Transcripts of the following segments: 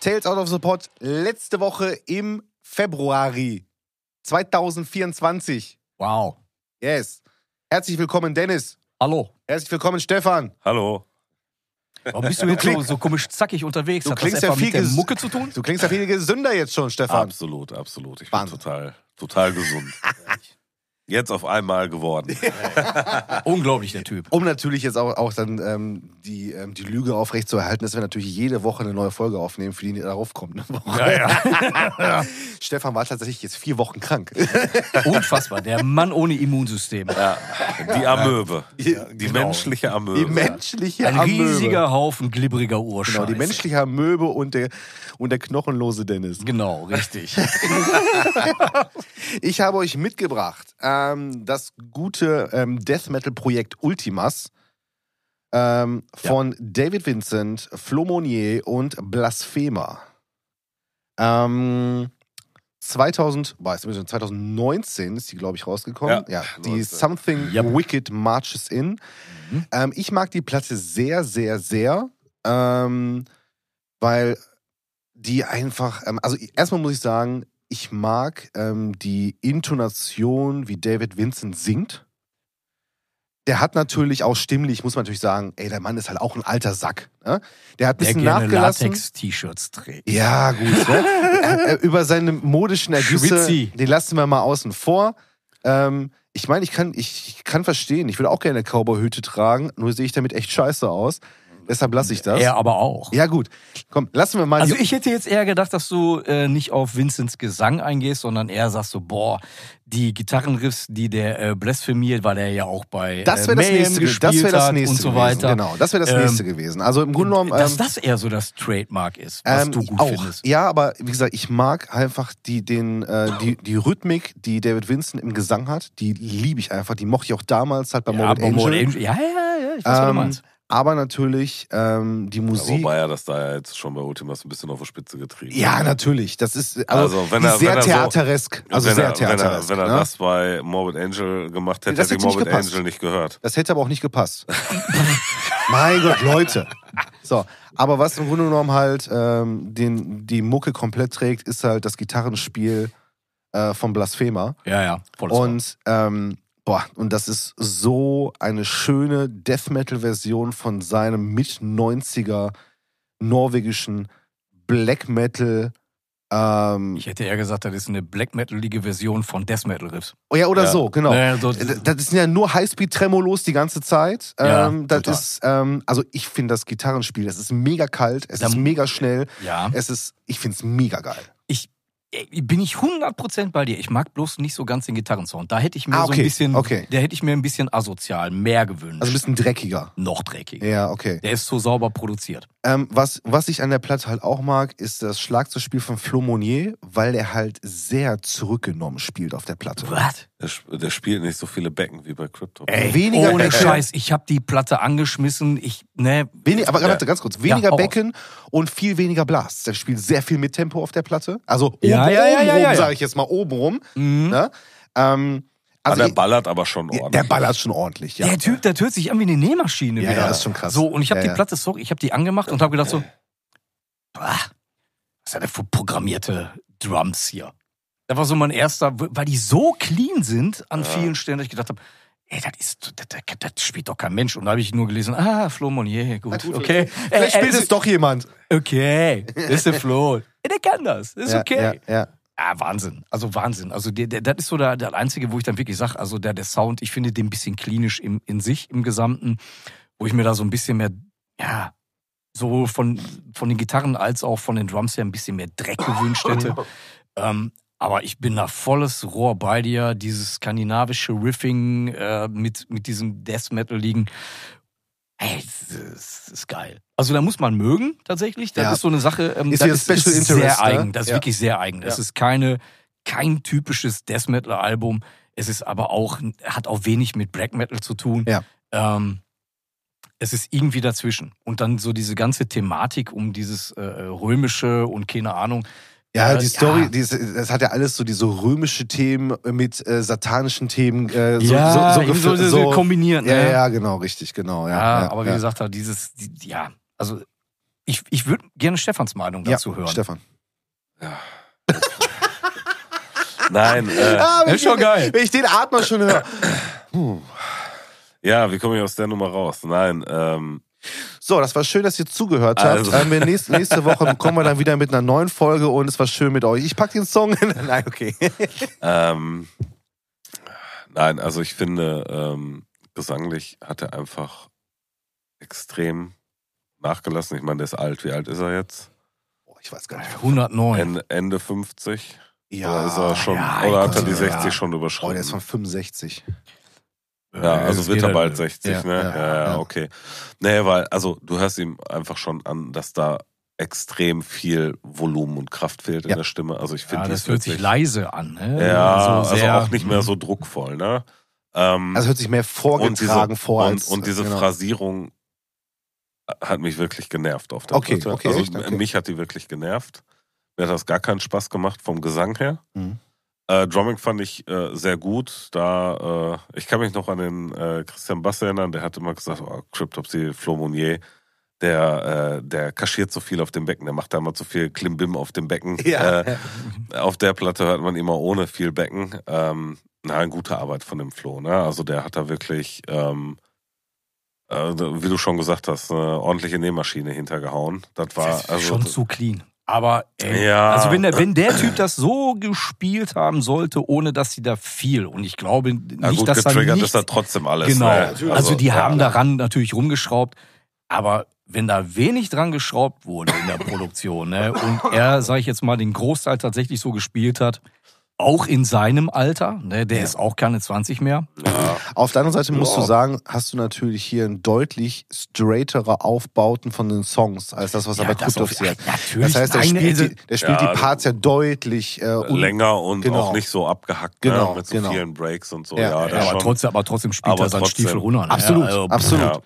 Tales Out of the Pod letzte Woche im Februar 2024. Wow. Yes. Herzlich willkommen, Dennis. Hallo. Herzlich willkommen, Stefan. Hallo. Warum bist du jetzt so, so komisch zackig unterwegs? Du Hat klingst das ja etwa viel mit der ges- Mucke zu tun? Du klingst ja viel gesünder jetzt schon, Stefan. Absolut, absolut. Ich Wahnsinn. bin total, total gesund. Jetzt auf einmal geworden. Unglaublich, der Typ. Um natürlich jetzt auch, auch dann ähm, die, ähm, die Lüge aufrechtzuerhalten, dass wir natürlich jede Woche eine neue Folge aufnehmen, für die die darauf kommt. Eine Woche. Stefan war tatsächlich jetzt vier Wochen krank. Unfassbar. Der Mann ohne Immunsystem. Ja. Die Amöbe. Ja, die genau. menschliche Amöbe. Die menschliche Ein Amöbe. riesiger Haufen glibberiger Urscheiß. Genau, die menschliche Amöbe und der, und der knochenlose Dennis. Genau, richtig. Ich habe euch mitgebracht ähm, das gute ähm, Death Metal Projekt Ultimas ähm, von David Vincent, Flo Monnier und Blasphemer. Ähm, 2000, weiß ich nicht, 2019 ist die, glaube ich, rausgekommen. Ja, Ja, die 19. Something Yep. Wicked Marches In. Mhm. Ähm, ich mag die Platte sehr, sehr, sehr, ähm, weil die einfach, ähm, also erstmal muss ich sagen, ich mag ähm, die Intonation, wie David Vincent singt. Der hat natürlich auch stimmlich, muss man natürlich sagen, ey, der Mann ist halt auch ein alter Sack. Ne? Der hat ein Der bisschen gerne nachgelassen. Latex-T-Shirts trägt. Ja, gut. Ne? Äh, äh, Über seine modischen Ergüsse, Schwitzi. den lassen wir mal außen vor. Ähm, ich meine, ich kann, ich, ich kann verstehen, ich würde auch gerne eine Cowboy-Hüte tragen, nur sehe ich damit echt scheiße aus. Deshalb lasse ich das. Er aber auch. Ja, gut. Komm, lassen wir mal Also die ich hätte jetzt eher gedacht, dass du äh, nicht auf Vincents Gesang eingehst, sondern eher sagst so, boah, die Gitarrenriffs, die der äh, blasphemiert, weil er ja auch bei Das äh, wäre das Mayhem nächste, ge- gespielt das wäre das hat nächste und so gewesen. weiter. Genau, das wäre das Ähm, nächste gewesen. Also im Grunde genommen dass ähm, das eher so das Trademark ist, was ähm, du gut auch. findest. Ja, aber wie gesagt, ich mag einfach die den äh, die die Rhythmik, die David Winston im Gesang hat, die liebe ich einfach, die mochte ich auch damals halt bei Ja, Morbid aber Angel. Morbid Angel- Ja, ja, ja, ich weiß, was du Ähm, meinst. Aber natürlich ähm, die Ja, Musik. Wobei er das da ja jetzt schon bei Ultimas ein bisschen auf die Spitze getrieben Ja, hat. natürlich. Das ist also, Also, wenn die er- sehr wenn er so- theateresk. also wenn sehr er, wenn er, theateresk. wenn er ne? das, das bei Morbid Angel gemacht hätte, Das hätte ich hätte nicht Morbid gepasst. Angel nicht gehört. hätte aber auch nicht gepasst. mein Gott, Leute. So, aber was im Grunde genommen halt ähm, den, die Mucke komplett trägt, ist halt das Gitarrenspiel äh, von Blasphemer. Ja, ja, volles Wort. Und ähm, boah, und das ist so eine schöne Death Metal Version von seinem mit 90er norwegischen Black Metal. Ähm, Ich hätte eher gesagt, das ist eine Black Metalige Version von Death Metal Riffs. oh ja, oder Ja. so, genau. Naja, so, D- Das sind ja nur Highspeed-Tremolos die ganze Zeit. Ja, ähm, das total. ist, ähm, also ich finde das Gitarrenspiel, das ist mega kalt, es Da- ist mega schnell, ja. äh, es ist, ich finde es mega geil. bin ich 100% bei dir. Ich mag bloß nicht so ganz den Gitarrensound. Da hätte ich mir Ah, so okay, ein bisschen, okay. der hätte ich mir ein bisschen asozial mehr gewünscht. Also ein bisschen dreckiger. noch dreckiger. Ja, okay. Der ist so sauber produziert. Ähm, was, was ich an der Platte halt auch mag, ist das Schlagzeugspiel von Flo Monnier, weil er halt sehr zurückgenommen spielt auf der Platte. Was? Der, sp- der spielt nicht so viele Becken wie bei Crypto. Weniger Ohne Becken. Scheiß, ich habe die Platte angeschmissen. Ich ne, Wenig, aber warte, ganz kurz, weniger Ja, hau raus. Becken und viel weniger Blas. Der spielt sehr viel mit Tempo auf der Platte. Also oben, Ja, ja, ja, oben ja, rum, ja, ja. sage ich jetzt mal, oben rum. Mhm. Ne? Ähm, also ah, ich- der ballert aber schon Ja, ordentlich. Der ballert schon ordentlich, ja. Der Typ, der hört sich an wie eine Nähmaschine. Ja, wieder. ja, das ist schon krass. So, und ich habe Ja, die ja. Platte, sorry, ich habe die angemacht und habe gedacht so, bah, was ist das denn für programmierte Drums hier? Das war so mein erster, weil die so clean sind an Ja. vielen Stellen, dass ich gedacht habe, ey, das, ist, das, das, das spielt doch kein Mensch. Und da habe ich nur gelesen, ah, Flo Monnier, Na gut, gut, okay. Äh, äh, Vielleicht spielt ist- es doch jemand. Okay, das ist der Flo. Ey, Der kann das, das ist ja, okay. Ja, ja. Ah, Wahnsinn. Also Wahnsinn. Also der, der, das ist so der, der einzige, wo ich dann wirklich sage, also der, der Sound, ich finde den ein bisschen klinisch im, in sich, im Gesamten, wo ich mir da so ein bisschen mehr, ja, sowohl von, von den Gitarren als auch von den Drums her ein bisschen mehr Dreck gewünscht hätte. ähm, aber ich bin da volles Rohr bei dir. Dieses skandinavische Riffing äh, mit, mit diesem Death Metal liegen. Ey, das ist, das ist geil. Also da muss man mögen tatsächlich. Das Ja. ist so eine Sache. Ähm, Ist das hier Special ist Interest, sehr ne? eigen. Das ist Ja. wirklich sehr eigen. Es Ja. ist keine kein typisches Death Metal Album. Es ist aber auch hat auch wenig mit Black Metal zu tun. Ja. Ähm, es ist irgendwie dazwischen und dann so diese ganze Thematik um dieses äh, römische und keine Ahnung. Ja, Äh, die Story, ja. Die ist, das hat ja alles so diese römische Themen mit äh, satanischen Themen äh, so, so, so, irgendwie gefl- so, kombiniert. ja, ne? ja, genau, richtig, genau. Ja, Ja, ja, aber wie ja. gesagt, halt dieses, die, ja, also ich, ich würde gerne Stefans Meinung dazu um hören. Stefan. Nein, äh, Ah, ist schon den, geil. Wenn ich den Atmer schon höre. Puh. ja, wir kommen hier aus der Nummer raus. Nein, ähm, So, das war schön, dass ihr zugehört Also. habt. Ähm, wir nächste, nächste Woche kommen wir dann wieder mit einer neuen Folge und es war schön mit euch. Ich pack den Song. Nein, okay. Ähm, nein, also ich finde, ähm, gesanglich hat er einfach extrem nachgelassen. Ich meine, der ist alt. Wie alt ist er jetzt? Boah, Oh, ich weiß gar nicht. 109. En- Ende 50? oder Oh Ja, ist er schon, ja, oder hat er Gott, die ja. 60 schon Oh, der überschritten? ist von 65. ja, also das wird geht halt. er bald 60, Ja, ne? ja, Ja, ja, ja. okay. Nee, weil, also du hörst ihm einfach schon an, dass da extrem viel Volumen und Kraft fehlt Ja. in der Stimme. Also ich finde, Ja, die das ist hört sich wirklich- leise an. Ne? Ja, So also sehr- auch nicht mehr so druckvoll, ne? Ähm, Also hört sich mehr vorgetragen vor und, als. und diese genau. Phrasierung hat mich wirklich genervt auf der Okay, Platte. okay, also echt? Okay. mich hat die wirklich genervt. Mir hat das gar keinen Spaß gemacht vom Gesang her. Mhm. Äh, Drumming fand ich äh, sehr gut. Da äh, ich kann mich noch an den äh, Christian Bass erinnern, der hat immer gesagt, oh, Cryptopsy, Flo Monnier, der, äh, der kaschiert so viel auf dem Becken, der macht da immer zu viel Klimbim auf dem Becken. Ja. Äh, auf der Platte hört man immer ohne viel Becken. Ähm, na, gute Arbeit von dem Flo. Ne? Also der hat da wirklich, ähm, äh, wie du schon gesagt hast, eine ordentliche Nähmaschine hintergehauen. Das war das ist also, schon zu clean. Aber ey, Ja. also wenn der, wenn der Typ das so gespielt haben sollte, ohne dass sie da viel und ich glaube nicht, na gut, dass da getriggert nichts, ist da trotzdem alles. genau. Ne? Also, die haben daran natürlich rumgeschraubt, aber wenn da wenig dran geschraubt wurde in der Produktion ne, und er, sage ich jetzt mal, den Großteil tatsächlich so gespielt hat, auch in seinem Alter, ne, der ist auch keine 20 mehr. Ja. Auf der anderen Seite musst du Ja. sagen, hast du natürlich hier einen deutlich straightere Aufbauten von den Songs als das, was er bei das auf- Kryptopsy hat. ja, natürlich. Das heißt, der Nein, spielt, also- die, der spielt Ja, die Parts ja deutlich äh, un- länger und Genau. auch nicht so abgehackt, Genau, ne? mit so genau. vielen Breaks und so. Ja. Ja, Ja, da Ja, aber, schon. trotzdem, aber trotzdem spielt Aber er seinen trotzdem. Stiefel runter. Ne? Absolut, also, absolut. Ja.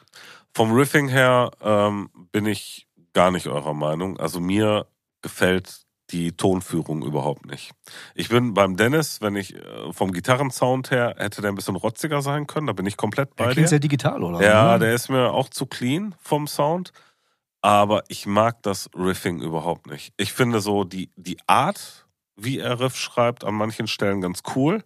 Vom Riffing her ähm, bin ich gar nicht eurer Meinung. Also mir gefällt die Tonführung überhaupt nicht. Ich bin beim Dennis, wenn ich äh, vom Gitarrensound her, hätte der ein bisschen rotziger sein können. Da bin ich komplett bei Der dir. klingt sehr digital, oder? Ja, Mhm. Ne? der ist mir auch zu clean vom Sound. Aber ich mag das Riffing überhaupt nicht. Ich finde so die, die Art, wie er Riff schreibt, an manchen Stellen ganz cool.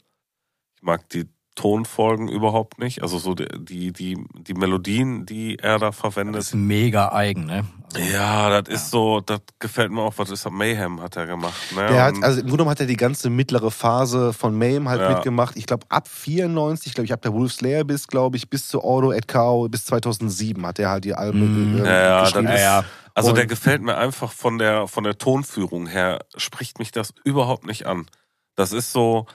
Ich mag die Tonfolgen überhaupt nicht. Also so die, die, die, die Melodien, die er da das verwendet. ist mega eigen, ne? Also, Ja, das ist so, das gefällt mir auch. Was ist das? Mayhem hat er gemacht. Ne? Der hat, Und- also im Grunde genommen hat er die ganze mittlere Phase von Mame halt Ja. mitgemacht. Ich glaube, ab 94, glaube ich, ab der Wolf Slayer bis, glaube ich, bis zu Auto at Cow, bis 2007 hat er halt die Alben Mhm. äh, Ja, ja, geschrieben. das ist- ja, ja. Also der Und- gefällt mir einfach von der, von der Tonführung her, spricht mich das überhaupt nicht an. Das ist so,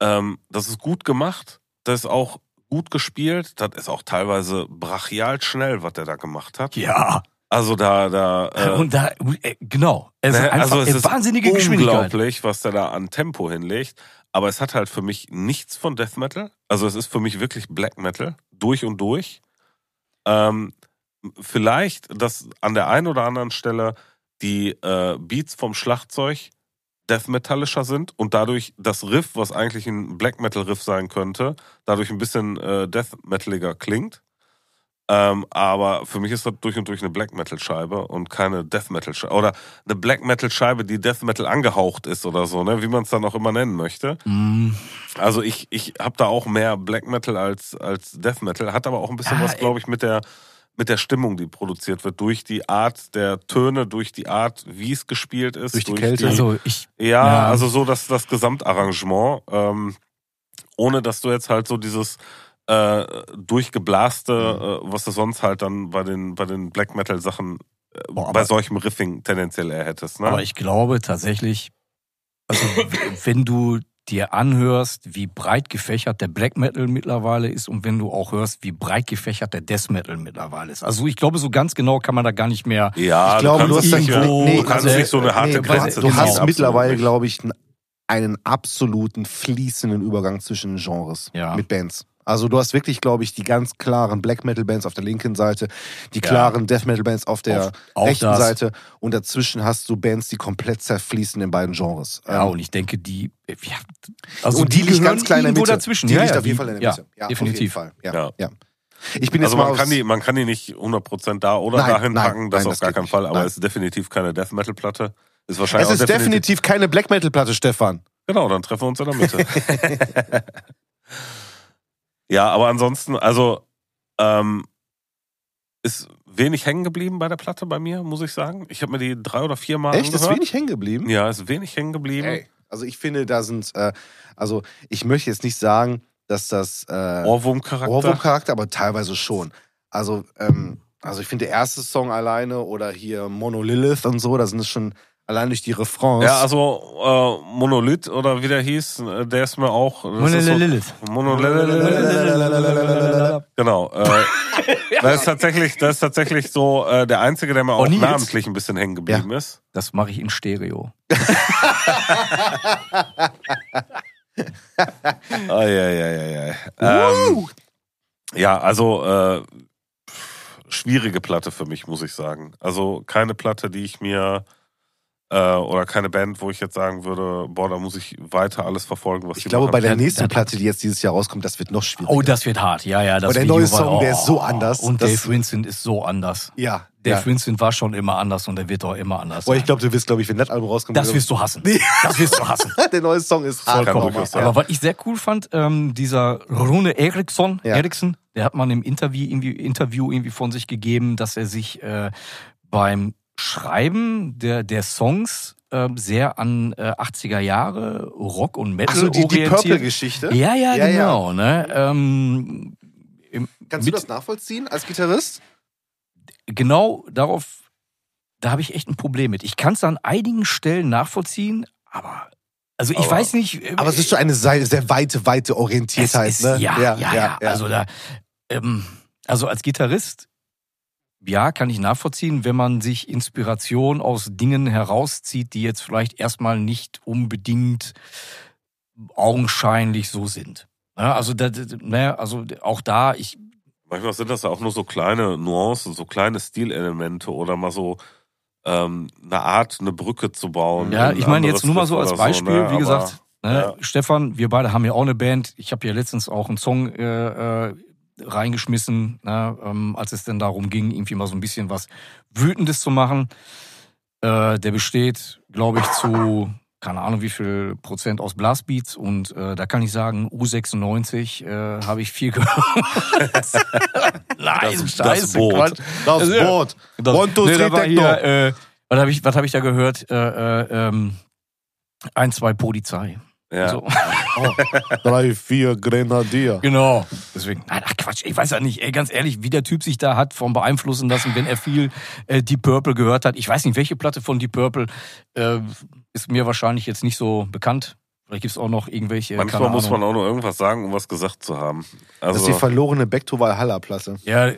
ähm, das ist gut gemacht, das ist auch gut gespielt, das ist auch teilweise brachial schnell, was der da gemacht hat. ja. Also da, da, äh, und da, äh, genau. Es ist ne, einfach also es eine ist wahnsinnige Geschwindigkeit. unglaublich, was der da an Tempo hinlegt. Aber es hat halt für mich nichts von Death Metal. Also es ist für mich wirklich Black Metal durch und durch. Ähm, vielleicht, dass an der einen oder anderen Stelle die äh, Beats vom Schlagzeug Death Metalischer sind und dadurch das Riff, was eigentlich ein Black Metal Riff sein könnte, dadurch ein bisschen äh, Death Metaliger klingt. Ähm, aber für mich ist das durch und durch eine Black Metal Scheibe und keine Death Metal Scheibe. Oder eine Black Metal Scheibe, die Death Metal angehaucht ist oder so, ne? wie man es dann auch immer nennen möchte. Mm. Also ich, ich habe da auch mehr Black Metal als, als Death Metal, hat aber auch ein bisschen Ja, was, glaube ich, mit der, mit der Stimmung, die produziert wird, durch die Art der Töne, durch die Art, wie es gespielt ist. Durch die Kälte. Also ich, Ja, Ja. also so das, das Gesamtarrangement, ähm, ohne dass du jetzt halt so dieses äh, durchgeblaste, äh, was du sonst halt dann bei den, bei den Black Metal Sachen äh, Boah, aber- bei solchem Riffing tendenziell eher hättest. Ne? aber ich glaube tatsächlich, also wenn du dir anhörst, wie breit gefächert der Black Metal mittlerweile ist und wenn du auch hörst, wie breit gefächert der Death Metal mittlerweile ist. Also ich glaube, so ganz genau kann man da gar nicht mehr. ja, Ich glaube, du kannst, du das nicht, mehr- irgendwo- nee, du kannst also, nicht so eine harte nee, du hast- Grenze du ziehen, hast absolut mittlerweile, nicht. glaube ich, n- einen absoluten fließenden Übergang zwischen den Genres Ja. mit Bands. Also du hast wirklich, glaube ich, die ganz klaren Black Metal Bands auf der linken Seite, die klaren Death Metal Bands auf der Auch- auch rechten das. Seite und dazwischen hast du Bands, die komplett zerfließen in beiden Genres. Ja, Ähm, und ich denke, die, ja, also und die, liegt gehören ganz klein in der irgendwo Mitte. dazwischen. Die ja, liegt ja, auf jeden Fall in der Mitte. Ja, definitiv. Auf jeden Fall. Ja, Ja. ja. Ich bin jetzt Also mal man aufs- kann, die, man kann die nicht 100% da oder Nein, dahin nein, packen, das nein, auf das gar geht keinen nicht. Fall, aber Nein. es ist definitiv keine Death Metal Platte. Ist Es wahrscheinlich ist auch definitiv, definitiv keine Black Metal Platte, Stefan. Genau, dann treffen wir uns in der Mitte. ja, aber ansonsten, also ähm, ist wenig hängen geblieben bei der Platte bei mir, muss ich sagen. Ich habe mir die drei oder vier Mal Echt? Ist angehört. wenig hängen geblieben? Ja, ist wenig hängen geblieben. Ey, also ich finde, da sind, äh, also ich möchte jetzt nicht sagen, dass das äh, Ohrwurmcharakter. Ohrwurm-Charakter, aber teilweise schon. Also, ähm, also ich finde, der erste Song alleine oder hier Monolilith und so, da sind es schon allein durch die Refrains. Ja, also äh, Monolith oder wie der hieß, äh, der ist mir auch. das ist so- Monolith. Genau. Äh, das, ist tatsächlich, das ist tatsächlich so äh, der Einzige, der mir auch Nils. namentlich ein bisschen hängen geblieben ist. Das mache ich in Stereo. Ah, ja, ja, ja, ja. Ähm, ja, also äh, pff, schwierige Platte für mich, muss ich sagen. Also keine Platte, die ich mir äh, oder keine Band, wo ich jetzt sagen würde, boah, da muss ich weiter alles verfolgen, was ich die glaube, machen. bei der Ja, nächsten ja. Platte, die jetzt dieses Jahr rauskommt, das wird noch schwieriger. Oh, das wird hart. Ja, ja. Das Aber der Video neue war- oh, Song, der ist so anders. Und Das- Dave Vincent ist so anders. ja. Dave ja. Vincent war schon immer anders und der wird auch immer anders. Boah, sein. ich glaube, du wirst, glaube ich, wenn das Album rauskommt, das wirst du hassen. Das wirst du hassen. der neue Song ist Ah, Vollkommen. hardcore. Kann durchaus sein. Aber was ich sehr cool fand, ähm, dieser Rune Eriksson, Ja. Eriksson, der hat man im Interview irgendwie, Interview irgendwie von sich gegeben, dass er sich äh, beim Schreiben der, der Songs ähm, sehr an äh, 80er Jahre Rock und Metal Achso, also die, die orientiert. Purple-Geschichte. Ja, ja, Ja, ja. genau. Ne? Ähm, im, Kannst mit, du das nachvollziehen als Gitarrist? Genau darauf, da habe ich echt ein Problem mit. Ich kann es an einigen Stellen nachvollziehen, aber also ich Aber- weiß nicht. äh, Aber es ist schon eine sehr, sehr weite, weite es Orientiertheit. ist- ne? ja, ja, ja, Also da, ähm, also als Gitarrist, ja, kann ich nachvollziehen, wenn man sich Inspiration aus Dingen herauszieht, die jetzt vielleicht erstmal nicht unbedingt augenscheinlich so sind. Ja, also, da, da- ne, also auch da, ich Manchmal sind das ja auch nur so kleine Nuancen, so kleine Stilelemente oder mal so ähm, eine Art, eine Brücke zu bauen. Ja, in ich ein meine ne? anderes jetzt nur mal so Riff als oder Beispiel, ne? wie Aber- gesagt, ne, ja. Stefan, wir beide haben ja auch eine Band. Ich habe ja letztens auch einen Song äh, äh, reingeschmissen, ne, ähm, als es denn darum ging, irgendwie mal so ein bisschen was Wütendes zu machen. Äh, der besteht, glaube ich, zu keine Ahnung wie viel Prozent aus Blastbeats und äh, da kann ich sagen, U96 äh, habe ich viel gehört. Nein, Das- das scheiße, Boot. Quatsch. Aufs Also, Ja. Board. Das, One, two, three, da war Techno. hier, äh, was habe ich, was hab ich da gehört? Äh, äh, ähm, ein, zwei Polizei. ja. So. Drei, vier Grenadier. Genau. Deswegen, nein, ach Quatsch, ich weiß ja nicht, ey, ganz ehrlich, wie der Typ sich da hat vom Beeinflussen lassen, wenn er viel äh, Deep Purple gehört hat. Ich weiß nicht, welche Platte von Deep Purple äh, ist mir wahrscheinlich jetzt nicht so bekannt. Vielleicht gibt es auch noch irgendwelche. Manchmal keine muss Ahnung. man auch nur irgendwas sagen, um was gesagt zu haben. Das Also, ist die verlorene Bekto Valhalla-Platte. Ja.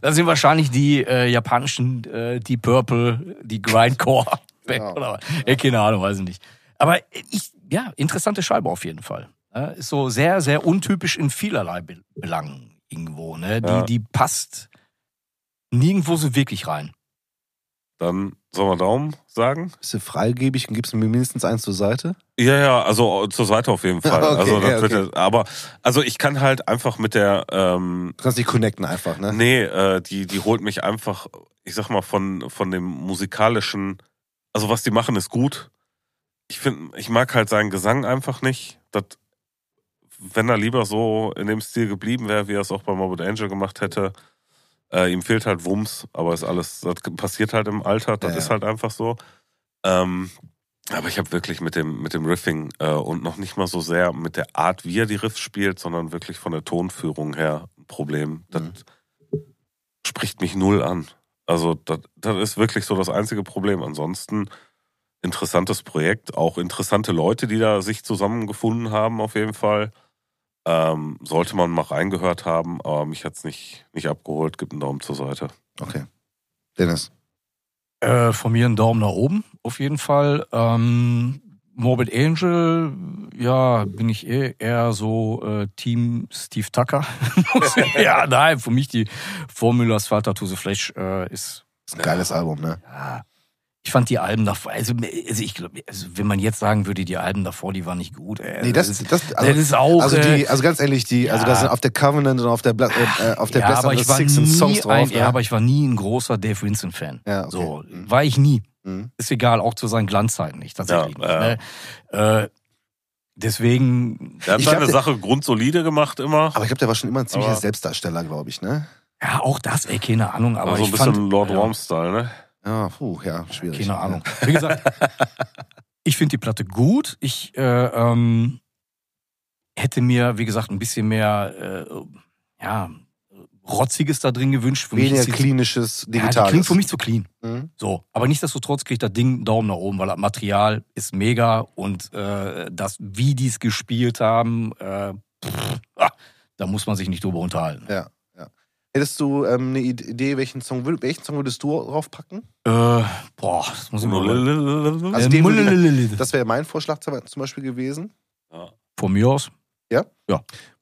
das sind wahrscheinlich die äh, japanischen, äh, die Purple, die Grindcore. Genau. Oder was. Ey, keine Ahnung, weiß ich nicht. Aber ich, ja, interessante Scheibe auf jeden Fall. Ja, Ist so sehr, sehr untypisch in vielerlei Be- Belangen irgendwo. Ne? Die, Ja. die passt nirgendwo so wirklich rein. dann sollen wir Daumen sagen? Bist du freigebig und gibst mir mindestens eins zur Seite? Ja, ja, also äh, zur Seite auf jeden Fall. Okay, also, das ja, wird okay. ja- aber also ich kann halt einfach mit der, ähm, Du kannst dich connecten einfach, ne? nee, äh, die, die holt mich einfach, ich sag mal, von, von dem musikalischen, also was die machen, ist gut. Ich finde, ich mag halt seinen Gesang einfach nicht. Das, wenn er lieber so in dem Stil geblieben wäre, wie er es auch bei Morbid Angel gemacht hätte, äh, ihm fehlt halt Wumms, aber ist alles, das passiert halt im Alter, das Ja, ist ja. halt einfach so. Ähm, aber ich habe wirklich mit dem, mit dem Riffing äh, und noch nicht mal so sehr mit der Art, wie er die Riffs spielt, sondern wirklich von der Tonführung her ein Problem. Das Mhm. spricht mich null an. Also, das, das ist wirklich so das einzige Problem. Ansonsten interessantes Projekt, auch interessante Leute, die da sich zusammengefunden haben, auf jeden Fall. Ähm, sollte man mal reingehört haben, aber mich hat's nicht, nicht abgeholt. Gibt einen Daumen zur Seite. Okay. Dennis. Äh, von mir einen Daumen nach oben, auf jeden Fall. Ähm, Morbid Angel, ja, bin ich eh eher so äh, Team Steve Tucker. Muss ich- ja, nein, für mich die Formula Asphalt Tattoo the Flash äh, ist. Ist ein geiles Album, ne? Ja, Ich fand die Alben davor, also, also ich glaube, also wenn man jetzt sagen würde, die Alben davor, die waren nicht gut. Äh, Nee, das, das, das also, ist auch. also, äh, die, also ganz ehrlich, die, also ja. da sind auf der Covenant und auf der, Bla, äh, auf der ja, Best aber of ich the war Six nie sind Songs drauf. ein, ne? Ja, aber ich war nie ein großer Dave Winston-Fan. Ja, okay. So, Mhm. war ich nie. Mhm. Ist egal, auch zu seinen Glanzzeiten nicht, tatsächlich Ja, nicht. Ne? Äh, deswegen, Der hat Ich seine glaub, Sache grundsolide gemacht immer. aber ich glaube, der war schon immer ein ziemlicher Aber- Selbstdarsteller, glaube ich, ne? ja, auch das, ey, keine Ahnung, aber also ein ich bisschen fand, Lord ja, Worm-Style, ne? Ja, puh, ja, schwierig. Keine Ahnung. Wie gesagt, ich finde die Platte gut. Ich äh, ähm, hätte mir, wie gesagt, ein bisschen mehr, äh, ja, Rotziges da drin gewünscht. Für Weniger mich ist die- klinisches, ja, digitales. die klingt für mich zu clean. Mhm. So, aber nichtsdestotrotz kriegt das Ding einen Daumen nach oben, weil das Material ist mega und äh, das, wie die es gespielt haben, äh, pff, ah, da muss man sich nicht drüber unterhalten. Hättest du ähm, eine Idee, welchen Song, würd- welchen Song würdest du draufpacken? Äh, boah, das muss ich mal überlegen. Also Äh, den würde ich- mululululul. Das wäre mein Vorschlag zum zum Beispiel gewesen. Von mir aus. Ja,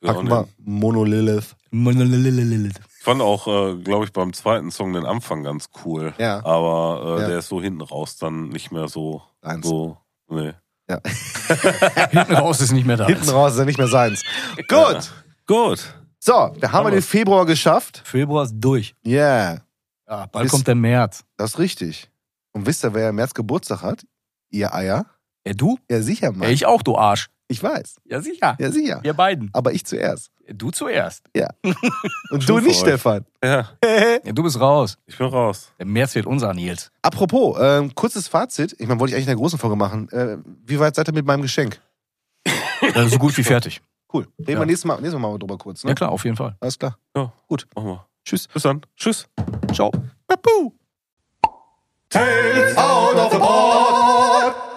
Packen und wir Monolilith. Mululululul. Ich fand auch, äh, glaube ich, beim zweiten Song den Anfang ganz cool. Ja, Aber äh, Ja. der ist so hinten raus dann nicht mehr so. eins. so nee. Hinten raus ist nicht mehr da. Hinten raus ist ja nicht mehr seins. Ja. Gut. Gut. So, da haben wir Hammer. den Februar geschafft. Februar ist durch. Yeah, Ja, bald Bis- kommt der März. das ist richtig. Und wisst ihr, wer im März Geburtstag hat? Ihr Eier? Ja, du? Ja, sicher, Ja, Mann. ich auch, du Arsch. Ich weiß. Ja, sicher. Ja, sicher. Wir beiden. Aber ich zuerst. Du zuerst. Und du Schon nicht, für euch. Stefan. Ja, Ja, du bist raus. ich bin raus. Der März wird unser, Nils. Apropos, ähm, kurzes Fazit. Ich meine, wollte ich eigentlich in der großen Folge machen. Äh, wie weit seid ihr mit meinem Geschenk? Ja, Äh, so gut wie fertig. Cool. Reden Ja. wir nächstes Mal, nächstes mal drüber kurz. Ne? Ja, klar, auf jeden Fall. Alles klar. Mach mal. Tschüss. Bis dann. Tschüss. Ciao. Papu. Out of the board.